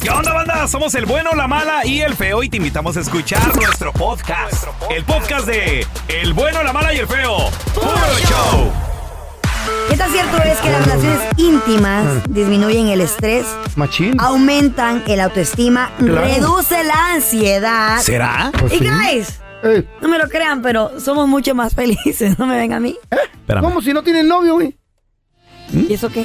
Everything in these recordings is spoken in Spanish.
¿Qué onda, banda? Somos el bueno, la mala y el feo y te invitamos a escuchar nuestro podcast. El podcast de El bueno, la mala y el feo. ¡Puro show! ¿Qué tan cierto es que las relaciones íntimas Ah. disminuyen el estrés, Machín. aumentan el autoestima, Claro. reduce la ansiedad? ¿Será? Pues y sí. guys, Ey, no me lo crean, pero somos mucho más felices, no me ven a mí. Espérame. ¿Eh? ¿Cómo si no tienen novio, güey? ¿Mm? ¿Y eso qué?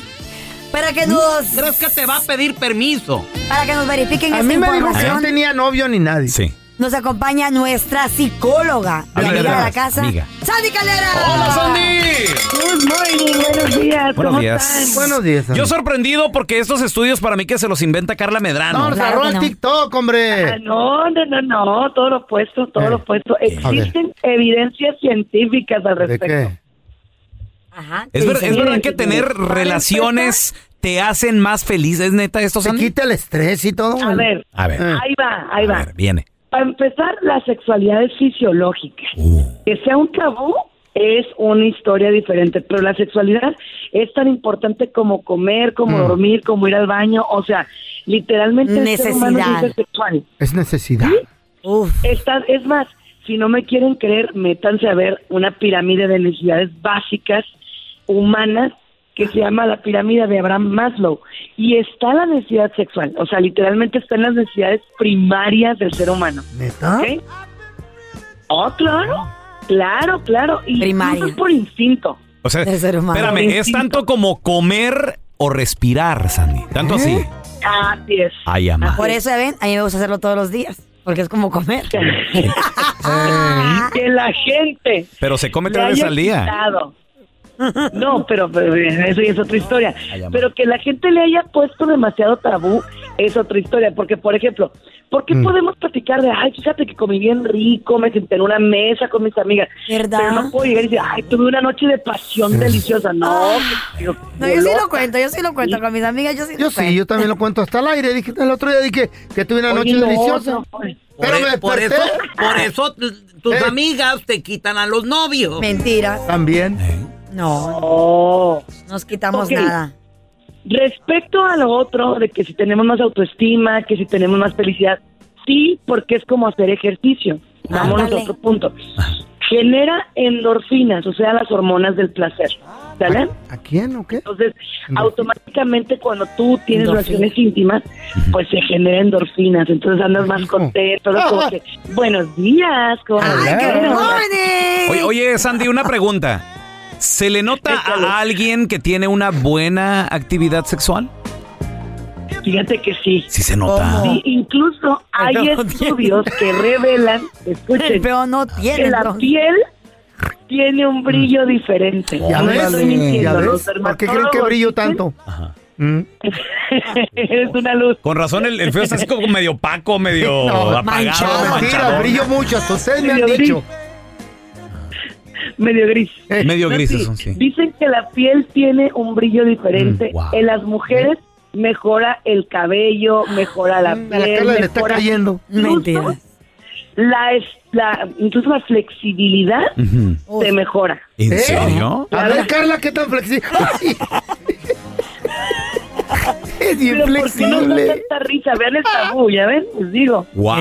Para Mm, que nos, ¿Crees que te va a pedir permiso? para que nos verifiquen A esta mí me dijo que no información, tenía novio ni nadie. Sí. nos acompaña nuestra psicóloga, la Amiga de amiga de la verdad, casa, amiga. Sandy Calera. ¡Hola, Sandy! Good morning, buenos días. Buenos ¿cómo días. están? Buenos días. Yo amigo. sorprendido porque estos estudios para mí que se los inventa Carla No, Medrano. nos Claro agarró que el no. TikTok, Ah, hombre. No, no, no, no, todos los puestos, todos Eh. los puestos. Existen evidencias científicas al ¿De respecto. qué? Ajá, Es, ver- sí, es sí. verdad que tener relaciones te hacen más feliz. ¿Es neta esto, ¿Se Sandy? quita el estrés y todo? A ver, Ah. A ver. Eh. ahí va, ahí A va. ver, viene. Para empezar, la sexualidad es fisiológica. Uh. Que sea un tabú es una historia diferente, pero la sexualidad es tan importante como comer, como Mm. dormir, como ir al baño, o sea, literalmente el ser humano es Necesidad. bisexual. Es necesidad. Uf, Está- es más, si no me quieren creer, métanse a ver una pirámide de necesidades básicas humanas que se llama la pirámide de Abraham Maslow. Y está la necesidad sexual, o sea, literalmente están las necesidades primarias del ser humano. ¿Neta? ¿ok? Oh, claro, claro, claro. Y Primaria. incluso por instinto. O sea, De ser humano. espérame, es Instinto. tanto como comer o respirar, Sandy. Tanto así. Así es. Ay, ama. por eso, ya ven, a mí me gusta hacerlo todos los días, porque es como comer. Ah, Ah. que la gente Pero se come le tres veces haya al día. quitado. No, pero, pero eso ya es otra historia. Ay, amor. Pero que la gente le haya puesto demasiado tabú es otra historia. Porque, por ejemplo, ¿por Mm. qué podemos platicar de, ay, fíjate que comí bien rico, me senté en una mesa con mis amigas? ¿Verdad? Pero no puedo llegar y decir, ay, tuve una noche de pasión deliciosa. No, que- No, yo sí lo cuento, yo sí lo cuento con mis amigas, yo sí lo Yo cuento. sí, yo también lo cuento hasta el aire. Dije el otro día dije que tuve una Oye, noche no, deliciosa. no, pues. Pero me e- por desperté. eso, por eso t- tus Eh. amigas te quitan a los novios. Mentira. También. No, No. nos quitamos Oh, Ok. nada. Respecto a lo otro, de que si tenemos más autoestima, que si tenemos más felicidad, sí, porque es como hacer ejercicio. Vámonos a Ándale. otro punto. Genera endorfinas, o sea, las hormonas del placer. ¿Sale? ¿A quién o qué? Entonces, Endorfina. automáticamente cuando tú tienes Endorfina. relaciones íntimas, pues se genera endorfinas. Entonces andas más Hijo. contento, ¿no? como que, buenos días, ¿cómo ¡Ay, estás?" qué Claro. morning! Oye, oye, Sandy, una pregunta. ¿Se le nota Échale. a alguien que tiene una buena actividad sexual? Fíjate que sí. Sí se nota. Sí, incluso hay Ay, Ah. no, estudios que revelan, El escuchen, peor no Mm. tiene. que la entonces. piel tiene un brillo diferente. ¿Ya no ves? estoy mintiendo, ¿Ya los ves? ¿Por qué creen que dermatólogos brillo dicen- tanto? Mm. Eres una luz. Con razón, el, el feo está así como medio opaco, medio Oh. No, apagado. manchado. No, mentira, manchadón. brillo mucho. Hasta ustedes me han Brillo, dicho. Medio gris. Medio No, gris, sí, eso sí. Dicen que la piel tiene un brillo diferente Mm, wow. en las mujeres mejora el cabello, mejora la Mm, a la piel, Carla le está mejora cayendo. incluso la, es- la incluso la flexibilidad se mejora. ¿En ¿Eh? serio? A ver, Carla, ¿qué tan flexible? es bien Pero ¿por qué nos da flexible. tanta risa? Vean el tabú, ya ven, les digo. Wow,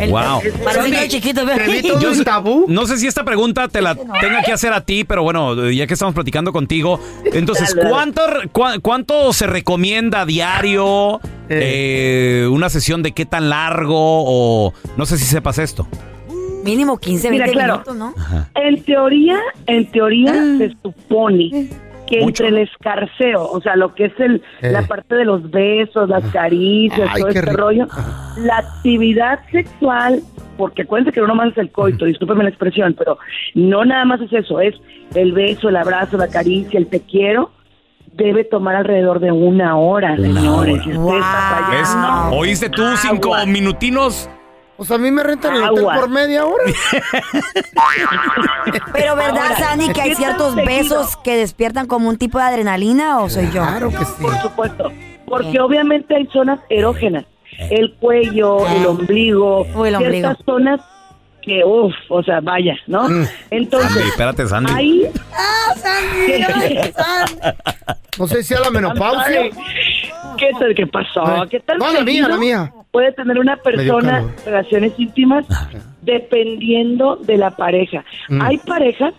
¿Eh? wow. Para un niño chiquito, ve. Te vi todo un Uh. tabú. No sé si esta pregunta te la tenga que hacer a ti, pero bueno, ya que estamos platicando contigo, entonces, Dale, dale. ¿cuánto, re- cua- cuánto se recomienda a diario eh, una sesión de qué tan largo o no sé si sepas esto? Mínimo 15, Mira, 20 claro. minutos, ¿no? En teoría, en teoría se supone que Mucho. entre el escarceo, o sea, lo que es el, Eh. Ah. la parte de los besos, las caricias, Ay, todo qué este rico. Ah. rollo, la actividad sexual, porque acuérdense que no nomás es el coito, discúlpeme la expresión, pero no nada más es eso, es el beso, el abrazo, la caricia, el te quiero, debe tomar alrededor de una hora, señores. y ustedes, Wow. papá, ya ¿Ves? no. ¿Oíste tú cinco Agua. minutinos? O sea, a mí me rentan el hotel Agua. por media hora. Pero ¿verdad, Ahora, Sandy, que hay ¿qué tan ciertos seguido? besos que despiertan como un tipo de adrenalina o soy yo? Claro que sí. Por supuesto, porque Eh. obviamente hay zonas erógenas, el cuello, el ombligo, Uy, Eh. Ah. el ombligo. ciertas zonas que, uff, o sea, vaya, ¿no? Mm. Sandy, Entonces, espérate, Sandy. ahí, Sandy! No sé si a la menopausia. ay, ¿qué tal que pasó? Ay. ¿Qué tal? No, la mía, seguido la mía. Puede tener una persona calor. relaciones íntimas dependiendo de la pareja. Mm. Hay parejas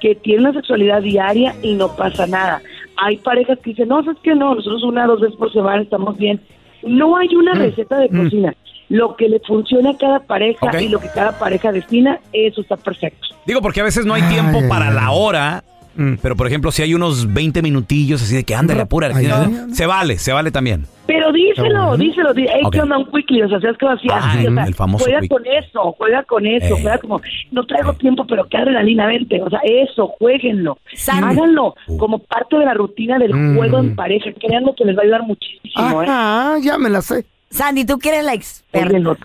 que tienen una sexualidad diaria y no pasa nada. Hay parejas que dicen, no, es que no, nosotros una dos veces por semana estamos bien. No hay Mm. una receta de cocina. Lo que le funciona a cada pareja Ok. y lo que cada pareja destina, eso está perfecto. Digo, porque a veces no hay Ay, tiempo ay, para ay. la hora, Mm. pero por ejemplo, si hay unos 20 minutillos así de que ándale, apura. Ay, ay, ay. Se vale, se vale también. Pero díselo, Ujú. díselo, di, hey, Ok. ¿qué onda? Un quickly, o sea, seas que así, Ah, así, o sea, el famoso juega quick- con eso, juega con eso, Eh. juega como, no traigo tiempo, pero qué adrenalina, vente, o sea, eso, jueguenlo, Sandy. háganlo Uh. como parte de la rutina del Mm. juego en pareja, créanlo que les va a ayudar muchísimo, ¿eh? Ajá, ya me la sé. Sandy, tú que eres la experta, Jueguenlo.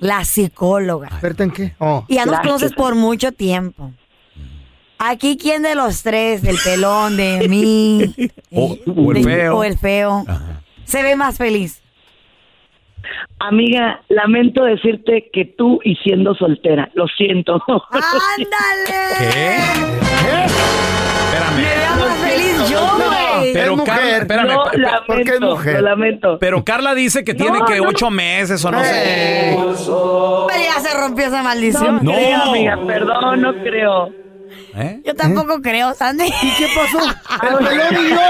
la psicóloga. ¿Experta en qué? Oh. Y ya nos Claro que conoces sí. por mucho tiempo. Aquí, ¿quién de los tres, del pelón, de mí O- eh, o el de- feo. o el feo, se ve más feliz? Amiga, lamento decirte que tú y siendo soltera, lo siento. ¡Ándale! ¿Qué? Espérame. Me veo más feliz yo, Eh, güey. Pero es mujer. Carla, espérame, lo pe- pe- lamento, ¿por qué es mujer? lo lamento. Pero Carla dice que tiene No, que no. ocho meses o no sé. Eh, Pero ya se rompió esa maldición. no, No. creo, amiga, perdón, no creo. ¿Eh? Yo tampoco creo, Sandy. ¿Qué pasó? El pelón y yo.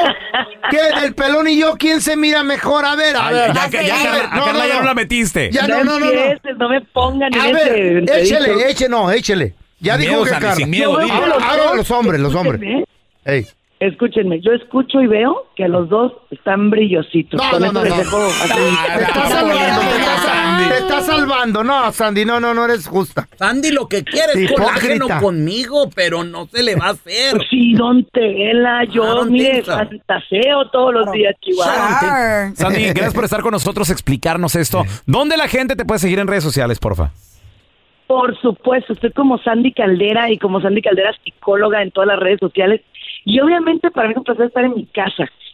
¿Qué? El pelón y yo, ¿quién se mira mejor? A ver, a Ay, ver. ya, ya que- ya sé. Carla- a No, Carla no, ya no. no la metiste. Ya, no, no, no. no. empieces, no me pongan A en ese ver, entredicho. échele, échele, no, échele. Ya Sin dijo miedo, que Sandy, Carla. sin miedo, Ahora- dile. Ahora, ahora los hombres, los hombres. Escúchenme, ¿eh? Ey. Escúchenme, yo escucho y veo que los dos están brillositos. No, Con no, eso no, les no. dejo así. Ah, Te está salvando, te está, Sandy. te está salvando. No, Sandy, no, no, no eres justa. Sandy lo que quiere es Hipócrita. colágeno conmigo, pero no se le va a hacer. Sí, don Tela, Ah, yo, don mire, Tela. fantaseo todos los días, Chihuahua. Sure. Sandy, gracias por estar con nosotros, explicarnos esto. ¿Dónde la gente te puede seguir en redes sociales, porfa? Por supuesto, estoy como Sandy Caldera y como Sandy Caldera psicóloga en todas las redes sociales. Y obviamente para mí es un placer estar en mi casa,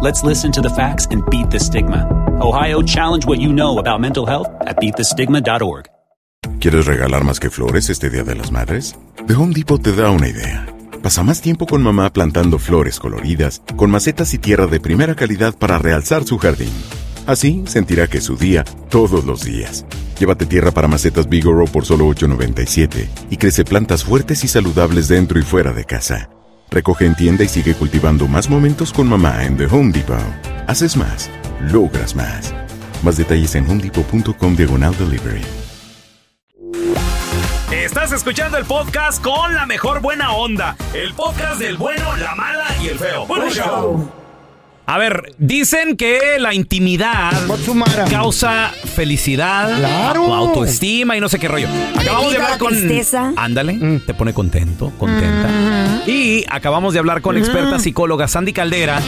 Let's listen to the facts and beat the stigma. Ohio, challenge what you know about mental health at beatthestigma.org. ¿Quieres regalar más que flores este Día de las Madres? The Home Depot te da una idea. Pasa más tiempo con mamá plantando flores coloridas, con macetas y tierra de primera calidad para realzar su jardín. Así sentirá que es su día todos los días. Llévate tierra para macetas Bigoro por solo $8.97 y crece plantas fuertes y saludables dentro y fuera de casa. Recoge en tienda y sigue cultivando más momentos con mamá en The Home Depot. Haces más, logras más. Más detalles en homedepot.com diagonal delivery. Estás escuchando el podcast con la mejor buena onda. El podcast del bueno, la mala y el feo. Bueno, show. A ver, dicen que la intimidad causa felicidad, Claro. o autoestima y no sé qué rollo. Acabamos de Quita la hablar con tristeza. Ándale, Mm. te pone contento, Mm. contenta. Y acabamos de hablar con la experta psicóloga Sandy Caldera,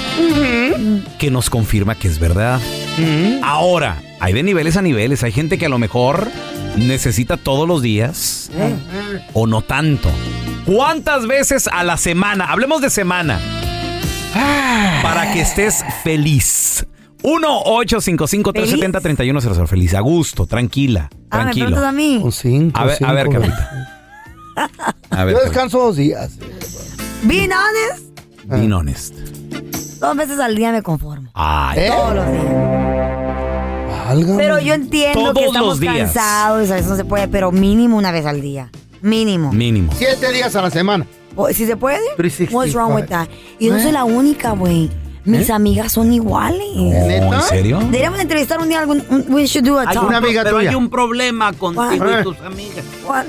que nos confirma que es verdad. Mm. Ahora, hay de niveles a niveles. Hay gente que a lo mejor necesita todos los días Eh. o no tanto. ¿Cuántas veces a la semana? Hablemos de semana. Ah. Para que estés feliz. 1-855-370-3100. Feliz, a gusto, tranquila, Ah, ¿me tranquilo. preguntas a mí? A ver, a ver, Carlita. A ver, Carlita. Yo descanso dos días. Being honest, Being honest. dos veces al día me conformo. Ay, ¿Eh? Todos los días. Válgame. Pero yo entiendo Todos que los estamos días. cansados, a veces no se puede, pero mínimo una vez al día. Mínimo. mínimo. Siete días a la semana. O- Si se puede, 365. what's wrong with that? Y ¿Eh? no soy la única, güey. Mis amigas son iguales. Oh, ¿En ¿Neta? serio? Deberíamos entrevistar un día algún. un- We should do a Hay talk. una un pro- amiga pero tuya. hay un problema contigo Ah. y tus amigas. ¿Cuál?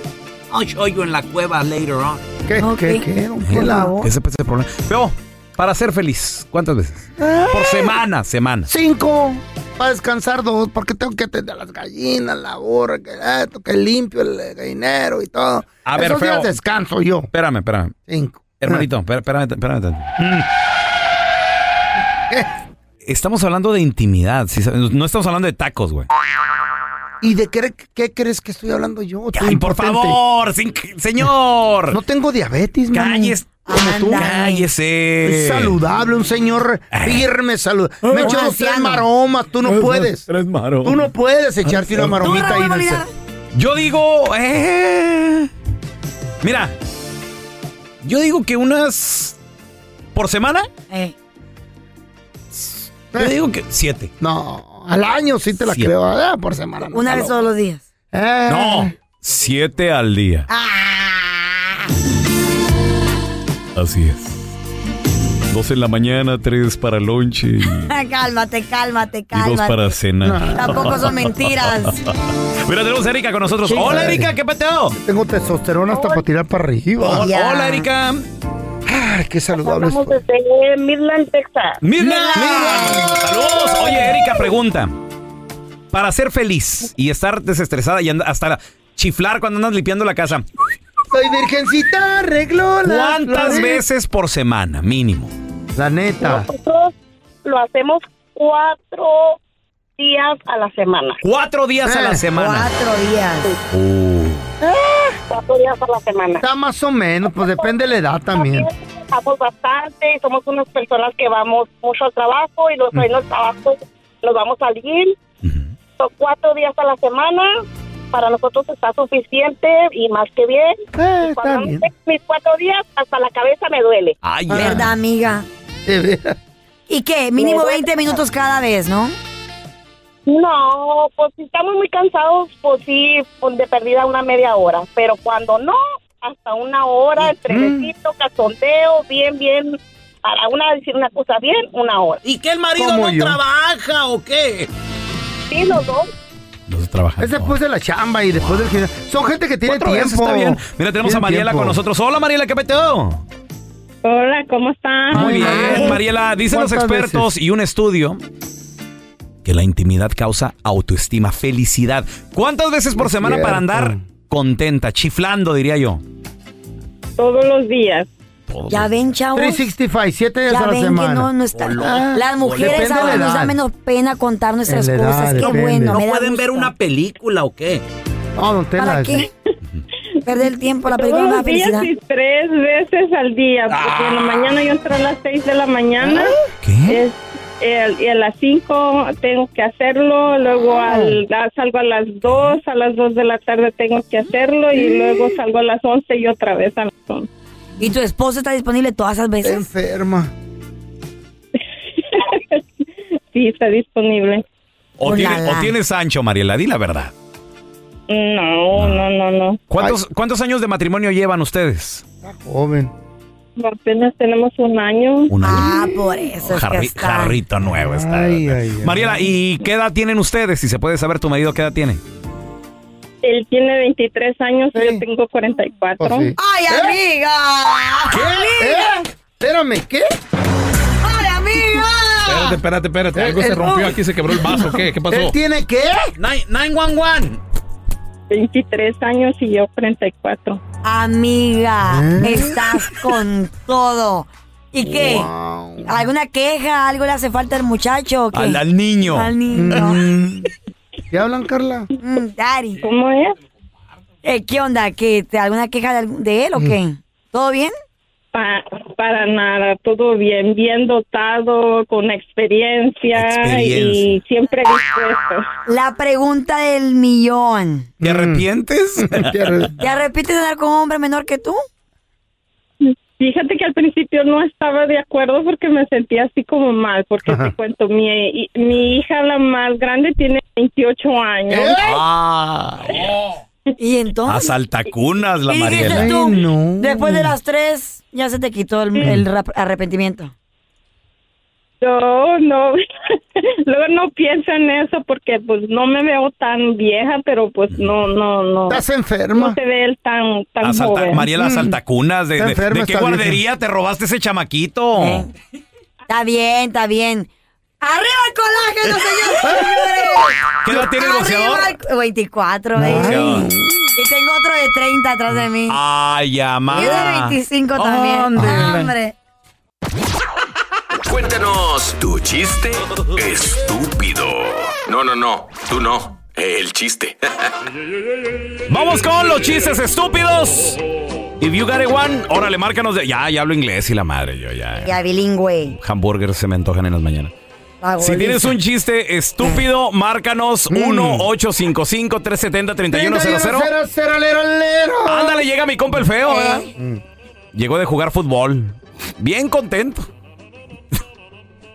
I'll show you en la cueva later on. ¿Qué? Ok. ¿Qué? ¿Qué? ¿Qué? Por la- favor. Ese es el problema. Pero, para ser feliz, ¿cuántas veces? Ah. Por semana, semana. Cinco. Para descansar dos, porque tengo que atender a las gallinas, la burra, que esto, que limpio el gallinero y todo. A ver, Esos días feo. descanso yo. Espérame, espérame. Cinco. Ah. Hermanito, espérame, espérame, espérame tantito. Mm. ¿Qué? Estamos hablando de intimidad, ¿sí sabes? no estamos hablando de tacos, güey. ¿Y de qué, qué crees que estoy hablando yo? Estoy Ay, por impotente. favor, sin- señor. No tengo diabetes, mami. Calles, Como tú. cállese. Es saludable, un señor firme, salud. Me he Eh, Un echado anciano. Eh, tres maromas, tú no puedes. Tú no puedes echarte Ah, una ¿Tú me la maromita vas ahí a en el validar? centro. Yo digo, eh, mira, yo digo que unas por semana, Eh, yo digo que siete. No, al año sí te la Sí. creo, ah, por semana. no, una vez está todos los días. loco. Eh, No, siete al día. Ah. Así es. Dos en la mañana, tres para lonche y, y cálmate, cálmate, dos cálmate. para cena. Tampoco son mentiras. Eh, Mira, tenemos a Erika con nosotros. Hola, Erika, ¿qué pateo? Tengo testosterona hasta para tirar para arriba. Ya. Hola, Erika. Ay, qué saludable Vamos estoy. desde Midland, Texas. Mirna. Mirna. Saludos. Oye, Erika, pregunta. Para ser feliz y estar desestresada y and- hasta chiflar cuando andas limpiando la casa, Soy virgencita, arreglo la ¿cuántas veces por semana mínimo? La neta. Nosotros lo hacemos cuatro días a la semana. Cuatro días a la Eh, semana. Cuatro días. Cuatro días a la semana. Está más o menos, pues depende de la edad también. Trabajamos bastante, y somos unas personas que vamos mucho al trabajo y los en los trabajos nos vamos al gym. Son cuatro días a la semana. Para nosotros está suficiente y más que bien. Eh, está Cuando bien. hice mis cuatro días, hasta la cabeza me duele. Ay, ya. ¿Verdad, amiga? De veras. ¿Y qué? Mínimo 20 minutos cada vez, ¿no? No, pues si estamos muy cansados, pues sí, pues, de perdida una media hora. Pero cuando no, hasta una hora, el trenecito, casondeo, bien, bien. Para una decir una cosa bien, una hora. ¿Y que el marido Como no yo. trabaja o qué? Sí, los dos. No se trabaja. eh, Es no. después de la chamba y después del gimnasio. Son gente que tiene Cuatro veces, tiempo. está bien. Mira, tenemos Tiene a Mariela tiempo. con nosotros. Hola, Mariela, ¿qué peteo? Hola, ¿cómo están? Muy Ay, bien, ay. Mariela. Dicen los ¿Cuántas expertos y un estudio que la intimidad causa autoestima, felicidad. ¿Cuántas veces por Es semana para cierto. andar contenta, chiflando, diría yo? Todos los días. Todos. Ya ven, chavos. 365, 7 días Ya a la ven semana. que no, no está. Hola. Las mujeres Depende de ahora la nos da edad. menos pena contar nuestras En la edad, cosas. Qué depende. bueno. ¿No me da pueden ver gusto. una película o qué? No, don Tela, ¿Para es- qué? Perder el tiempo, la película no da felicidad. tres veces al día. Porque en la mañana yo entro a las seis de la mañana. ¿Qué? Es, el- y a las 5 tengo que hacerlo, luego al, a- salgo a las 2, a las 2 de la tarde tengo que hacerlo y luego salgo a las 11 y otra vez a las 11. ¿Y tu esposo está disponible todas esas Está veces? enferma. Sí, está disponible. O, Hola, tiene- o la. tienes Sancho, Mariela, di la verdad. No, no, no, no. ¿Cuántos, ¿Cuántos años de matrimonio llevan ustedes? Joven. Apenas tenemos un año. Un año. Ah, por eso es que está. jarrito nuevo está. Mariela, ¿y qué edad tienen ustedes? Si se puede saber, tu marido qué edad tiene. Él tiene 23 años y yo tengo 44. Oh, Pues sí. ¡Ay, amiga! ¿Eh? ¿Qué? ¿Eh? ¡Amiga! Espérame, ¿qué? ¡Ay, Espérate, amiga! espérate, espérate. Algo Eh, se eh, rompió no. aquí, se quebró el vaso. ¿Qué? ¿Qué pasó? ¿Él tiene qué? 911. 23 años y yo 44. Amiga, estás con todo. ¿Y qué? ¿Alguna queja? ¿Algo le hace falta al muchacho? o qué? Al- al niño. Al niño. ¿Qué hablan, Mm. Carla? Mm, Daddy. ¿Cómo es? Eh, ¿Qué onda? ¿Qué, te- ¿Alguna queja de, algún- de él o qué? ¿Todo bien? Pa- para nada, todo bien, bien dotado, con experiencia, y Experiencia. siempre dispuesto. La pregunta del millón. Mm. ¿Te arrepientes? ¿Te arrepientes de andar con un hombre menor que tú? Fíjate que al principio no estaba de acuerdo porque me sentía así como mal, porque Ajá. te cuento, mi, mi hija la más grande tiene 28 años. ¿Eh? Ah, Y entonces... a saltacunas la ¿Qué dijiste Mariela. tú? Después de las tres, ya se te quitó el, el rap- arrepentimiento. No, no. Luego no pienso en eso porque pues no me veo tan vieja, pero pues no, no, no. ¿Estás enferma? No se ve él tan, tan A salta- joven. Mariela, a saltacunas. ¿De, Mm. Está de- enferma de qué esta vieja. guardería te robaste ese chamaquito? Está bien, está bien. ¡Arriba el colágeno, señores! ¿Qué edad tiene el boxeador? Arriba el- 24, baby. Boxeador. Y tengo otro de 30 atrás de mí. Ay, amá. y de 25 también. Ah, Ándele. ¡Hombre! Cuéntanos tu chiste estúpido. No, no, no. Tú no. El chiste. Vamos con los chistes estúpidos. If you got it one, órale, márcanos de. Ya, ya hablo inglés y la madre, yo ya. Ya bilingüe. Hamburgers se me antojan en las mañanas. Ah, la Si tienes goliza. un chiste estúpido, márcanos Mm. 1-855-370-3100. Ándale, llega mi compa el feo, Eh. ¿verdad? Mm. Llegó de jugar fútbol. Bien contento.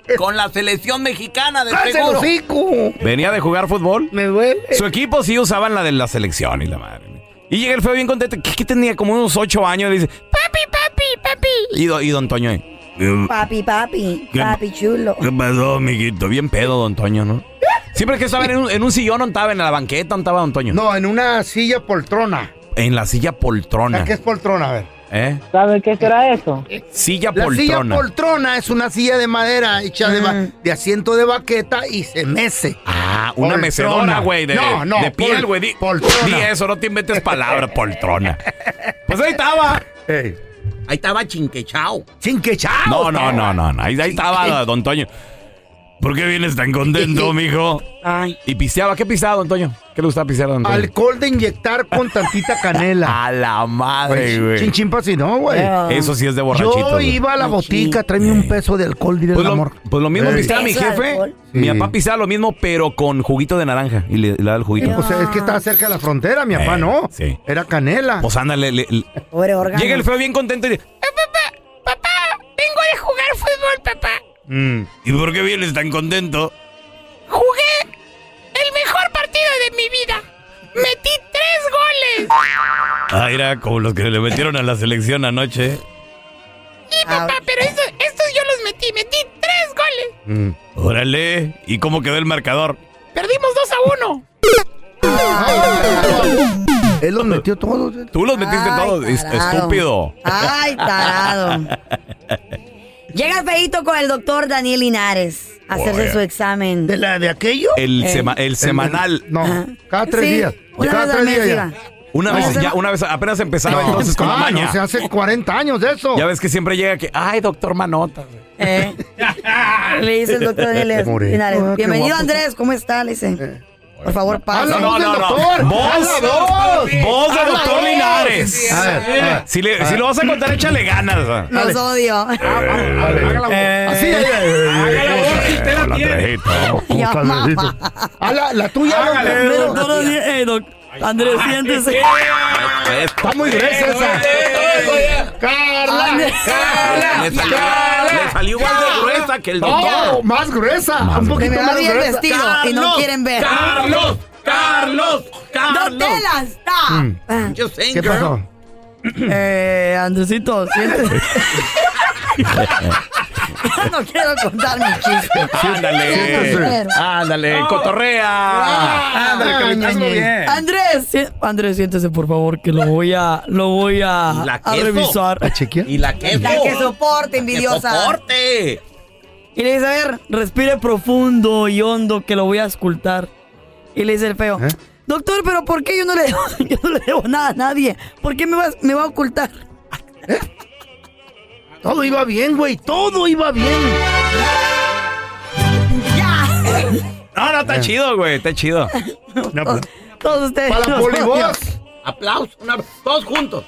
Eh, Con la selección mexicana de ¡Cállese el seguro. hocico! Venía de jugar fútbol. Me duele. Su equipo sí usaban la de la selección y la madre. Y llega el feo bien contento. que que tenía? Como unos 8 años. Dice, papi, papi, papi. Y, do- y don Toño. ahí, "Mm, Papi, papi. ¿Qué? Papi chulo. ¿Qué pasó, amiguito? Bien pedo, don Toño, ¿no? Siempre que estaba en un, en un sillón, no estaba en la banqueta, no estaba don Toño. No, en una silla poltrona. En la silla poltrona. ¿Qué es poltrona? A ver. ¿Eh? ¿Saben qué será eso? Silla La silla poltrona. poltrona es una silla de madera hecha de, ba- Mm. de asiento de baqueta y se mece. Ah, una Poltrona. mecedora, güey, de, No, no, de piel, pol- güey. Di, poltrona. di eso, no te inventes palabras, poltrona. Pues ahí estaba. Ahí estaba chinquechao. Chinquechao. No, no, no, no, no. Ahí, ahí estaba don Toño. ¿Por qué vienes tan contento, mijo? Ay. Y pisteaba. ¿Qué pisteaba, don Toño? ¿Qué le gustaba pistear a don Toño? Alcohol de inyectar con tantita canela. A la madre, Chin- güey. Chin chin pa' si no, güey. Eh, eso sí es de borrachito, Yo güey. iba a la botica, tráeme un peso de alcohol, diré Pues el lo, amor. pues lo mismo Eh. pisteaba mi ¿Eso de jefe. alcohol? Mi Sí. papá pisteaba lo mismo, pero con juguito de naranja. Y le, le da el juguito. Pues es que estaba cerca de la frontera, mi Eh, papá no. sí. Era canela. Pues ándale. le- le- Pobre órgano. Llega el feo bien contento y dice: Vengo de jugar fútbol, papá. Mm. ¿Y por qué vienes tan contento? Jugué el mejor partido de mi vida. Metí tres goles. Ah, era como los que le metieron a la selección anoche. Y Ah. papá, pero estos, estos yo los metí. Metí tres goles. Mm. Órale. ¿Y cómo quedó el marcador? Perdimos dos a uno. "Ah". Él los metió todos. Tú los metiste Ay, todos. es- tarado. Estúpido. Ay, tarado. Llega el feíto con el doctor Daniel Linares a hacerse Oye. su examen. ¿De, la, de aquello? El, sema- el semanal. No, cada tres Eh. Sí, días. una cada vez al tres mes días iba. Una No. vez, ya, una vez, apenas empezaba No. entonces con la Ah, maña. no, se hace 40 años de eso. Ya ves que siempre llega que, ay, doctor Manota. Eh. Le dice el doctor Daniel Qué Linares. moreno. Ah, qué Bienvenido, guapo. Andrés. ¿Cómo está? Le Eh. dice. Por favor, Ah, pasa. No, no, no, no. Voz, voz de Ah, doctor Linares. A ver, a ver. Si, le, si lo vas a contar, échale ganas. Los odio. Eh, Así es. la Ya, mamá. Ah, la, la tuya. Hágale, ¿no? doctor Daniel- eh, doc- Andrés, siéntese. Está muy gruesa esa. Ah, Andrés. Le salió, le salió igual de gruesa que el No, doctor. más gruesa. Más un Que poquito me va más bien gruesa. vestido y no quieren ver. Carlos, Carlos, Carlos. ¡No te la está! Ah. Just saying, Mm. ¿Qué girl. pasó? Eh, Andresito, siéntese. no quiero contar mi chiste. Ándale, ándale, Ah, cotorrea. Ándale, que hazlo bien. Andrés, si- Andrés, siéntese por favor que lo voy a, lo voy a, la a queso? revisar. Oh. ¿A chequear? Y la queso. La que soporte, envidiosa. ¡Que soporte! Y le dice, a ver, respire profundo y hondo que lo voy a escultar. Y le dice el ¿Eh? feo, doctor, pero ¿por qué yo no le debo, yo no le debo nada a nadie? ¿Por qué me va, me va a ocultar? Todo iba bien, güey. Todo iba bien. No, pues, no, está chido, güey, está chido. Todos ustedes. Para la los polivoz. Aplausos, una- todos juntos.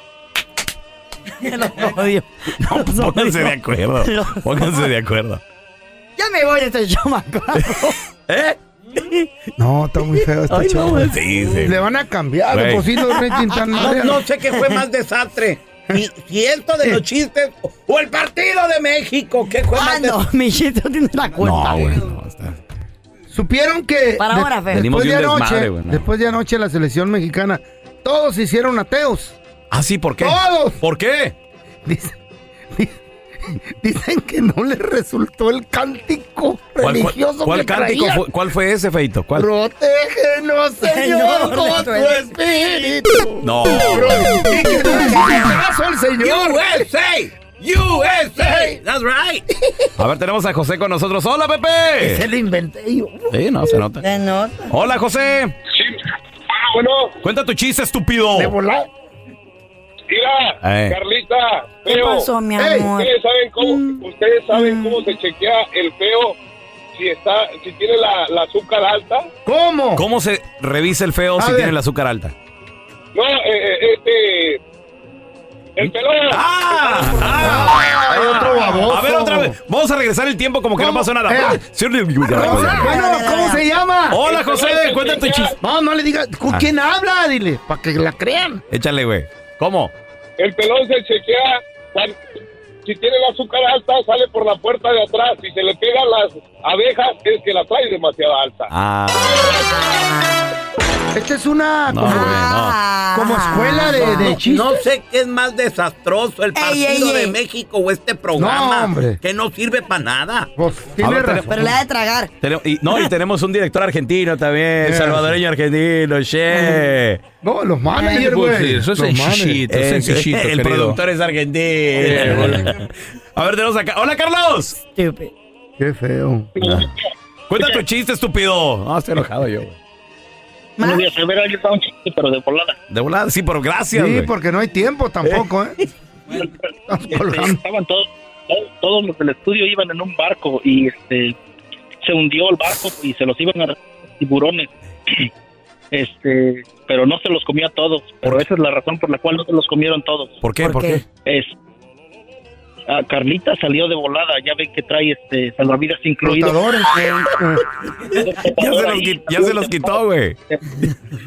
pues, odio. Odio. Los odio. Pónganse de acuerdo. Los- Pónganse de acuerdo. Ya me voy de este show, man. ¿Eh? No, está muy feo este Ay, no, chavo. güey. Sí, sí. Le van a cambiar, Güey. Pocito, Richie, tan No, madre. no sé qué fue más desastre. Si, si esto de los chistes o el partido de México, ¿qué fue más Ah, No, mi chiste no tiene la cuenta. No, güey. Supieron que. Para ahora, Fer. Venimos Después de, de un anoche, desmadre, güey, no. después de anoche, la selección mexicana. Todos se hicieron ateos. Ah, sí, ¿por qué? ¡Todos! ¿Por qué? Dicen, di- dicen que no les resultó el cántico ¿Cuál, cuál- religioso. cuál que cántico traían. fue, ¿Cuál fue ese, Feito? ¿Cuál? Protégenos, Señor, Señor, con de tu tu espíritu. No. Y que tú le hiciste caso al Señor. USA! USA! That's right. A ver, tenemos a José con nosotros. ¡Hola, Pepe! Se lo inventé yo. Sí, no, se nota. De nota. ¡Hola, José! Bueno, Cuenta tu chiste, estúpido. Ah, De volar. mira, Eh. Carlita, ¿Qué feo. pasó, mi Ey, amor? Ustedes saben Mm. cómo, ustedes saben cómo se chequea el feo si está, si tiene la, la azúcar alta. ¿Cómo? ¿Cómo se revisa el feo A si ver. tiene el azúcar alta? No, eh, eh, este, el pelón. ¿Mm? ¡Ah! Hay otro baboso. A ver, otra vez. Vamos a regresar el tiempo como que no ¿Cómo? pasó Eh. nada. Ah, Sí, ¿Cómo se- Bueno, ¿cómo se llama? Hola, José, cuenta tu chiste. No, no le digas. ¿Con Ah. Eh. quién habla? Dile, para que la crean. Échale, güey. ¿Cómo? El pelón se chequea cuando- si tiene la azúcar alta sale por la puerta de atrás. Si se le pegan las abejas es que la trae demasiado alta. Ah, Esta es una no, güey, como, no. Ah. como escuela de, de chistes. No sé qué es más desastroso, el partido ey, de ey. México o este programa. No, hombre. Que no sirve para nada. Pues, tiene A ver, razón. Pero le ha de tragar. Tenemos- y, no, y tenemos un director argentino también, Eh. Yeah. salvadoreño argentino, che. No, los ¿Qué managers, Ah, te puedo güey. decir? pues, Eso es Los managers. sencillito, Eh, sencillito, el querido. productor es argentino. A ver, tenemos acá. Hola, Carlos. Ah. Stupid. Qué feo. Cuenta tu chiste, estúpido. No, estoy enojado yo, güey. Ma- se hubiera un chiste, pero de volada. De volada, sí, pero gracias, Sí, güey. porque no hay tiempo tampoco, ¿eh? Estamos colgando. Este, estaban todos, todos, todos los del estudio iban en un barco y este se hundió el barco y se los iban a arrancar los tiburones. Este, pero no se los comió a todos, pero esa es la razón por la cual no se los comieron todos. ¿Por qué? ¿Por, ¿Por qué? qué? Es ah, Carlita salió de volada, ya ven que trae este salvavidas incluido. Flotadores. Ya se los, qui- ya se los quitó, güey.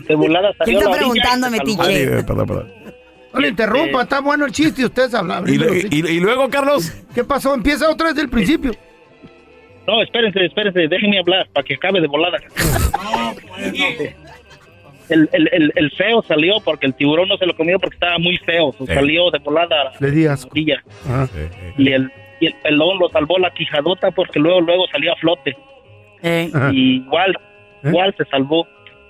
De volada salió ¿Quién está a la orilla y se preguntando, salvó. metiche? Ay, eh, perdón, perdón. No le interrumpa, está bueno el chiste y ustedes hablan. Y, lo- y- y- y luego, Carlos, ¿Qué pasó? Empieza otra vez del principio. No, espérense, espérense, déjenme hablar para que acabe de volada. El, el, el, el feo salió porque el tiburón no se lo comió porque estaba muy feo. so Sí. Salió de volada a la Le ah. di asco. orilla. Ajá. Y el, y el pelón lo salvó la quijadota porque luego luego salió a flote. Eh, Ajá. Y igual, ¿Eh? igual se salvó.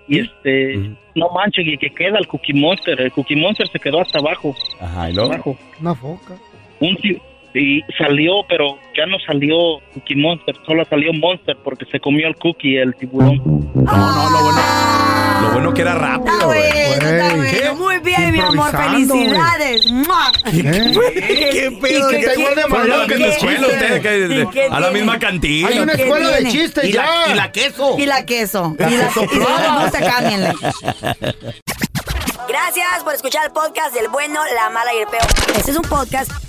Y este, no manches, y que queda el Cookie Monster. El Cookie Monster se quedó hasta abajo. Ajá, y hasta luego. abajo. Una foca. un ti- y salió, pero ya no salió Cookie Monster, solo salió Monster porque se comió el cookie, el tiburón. No, no, lo bueno. Lo bueno que era rápido, Está güey. bueno, está Güey. bueno. Muy bien, mi amor. Improvisando, güey. Felicidades. ¡Mua! ¿Eh? ¿Qué pedo? Que está igual de Fueron a la malo que en misma la escuela, escuela. ustedes, que- ¿Y qué a la tiene? misma cantina. Hay una ¿Qué escuela de tiene? chistes Y ya. la, y la queso. Y la queso. Y la queso. No se cámbienle. Gracias por escuchar el podcast del bueno, la mala y el peor. Este es un podcast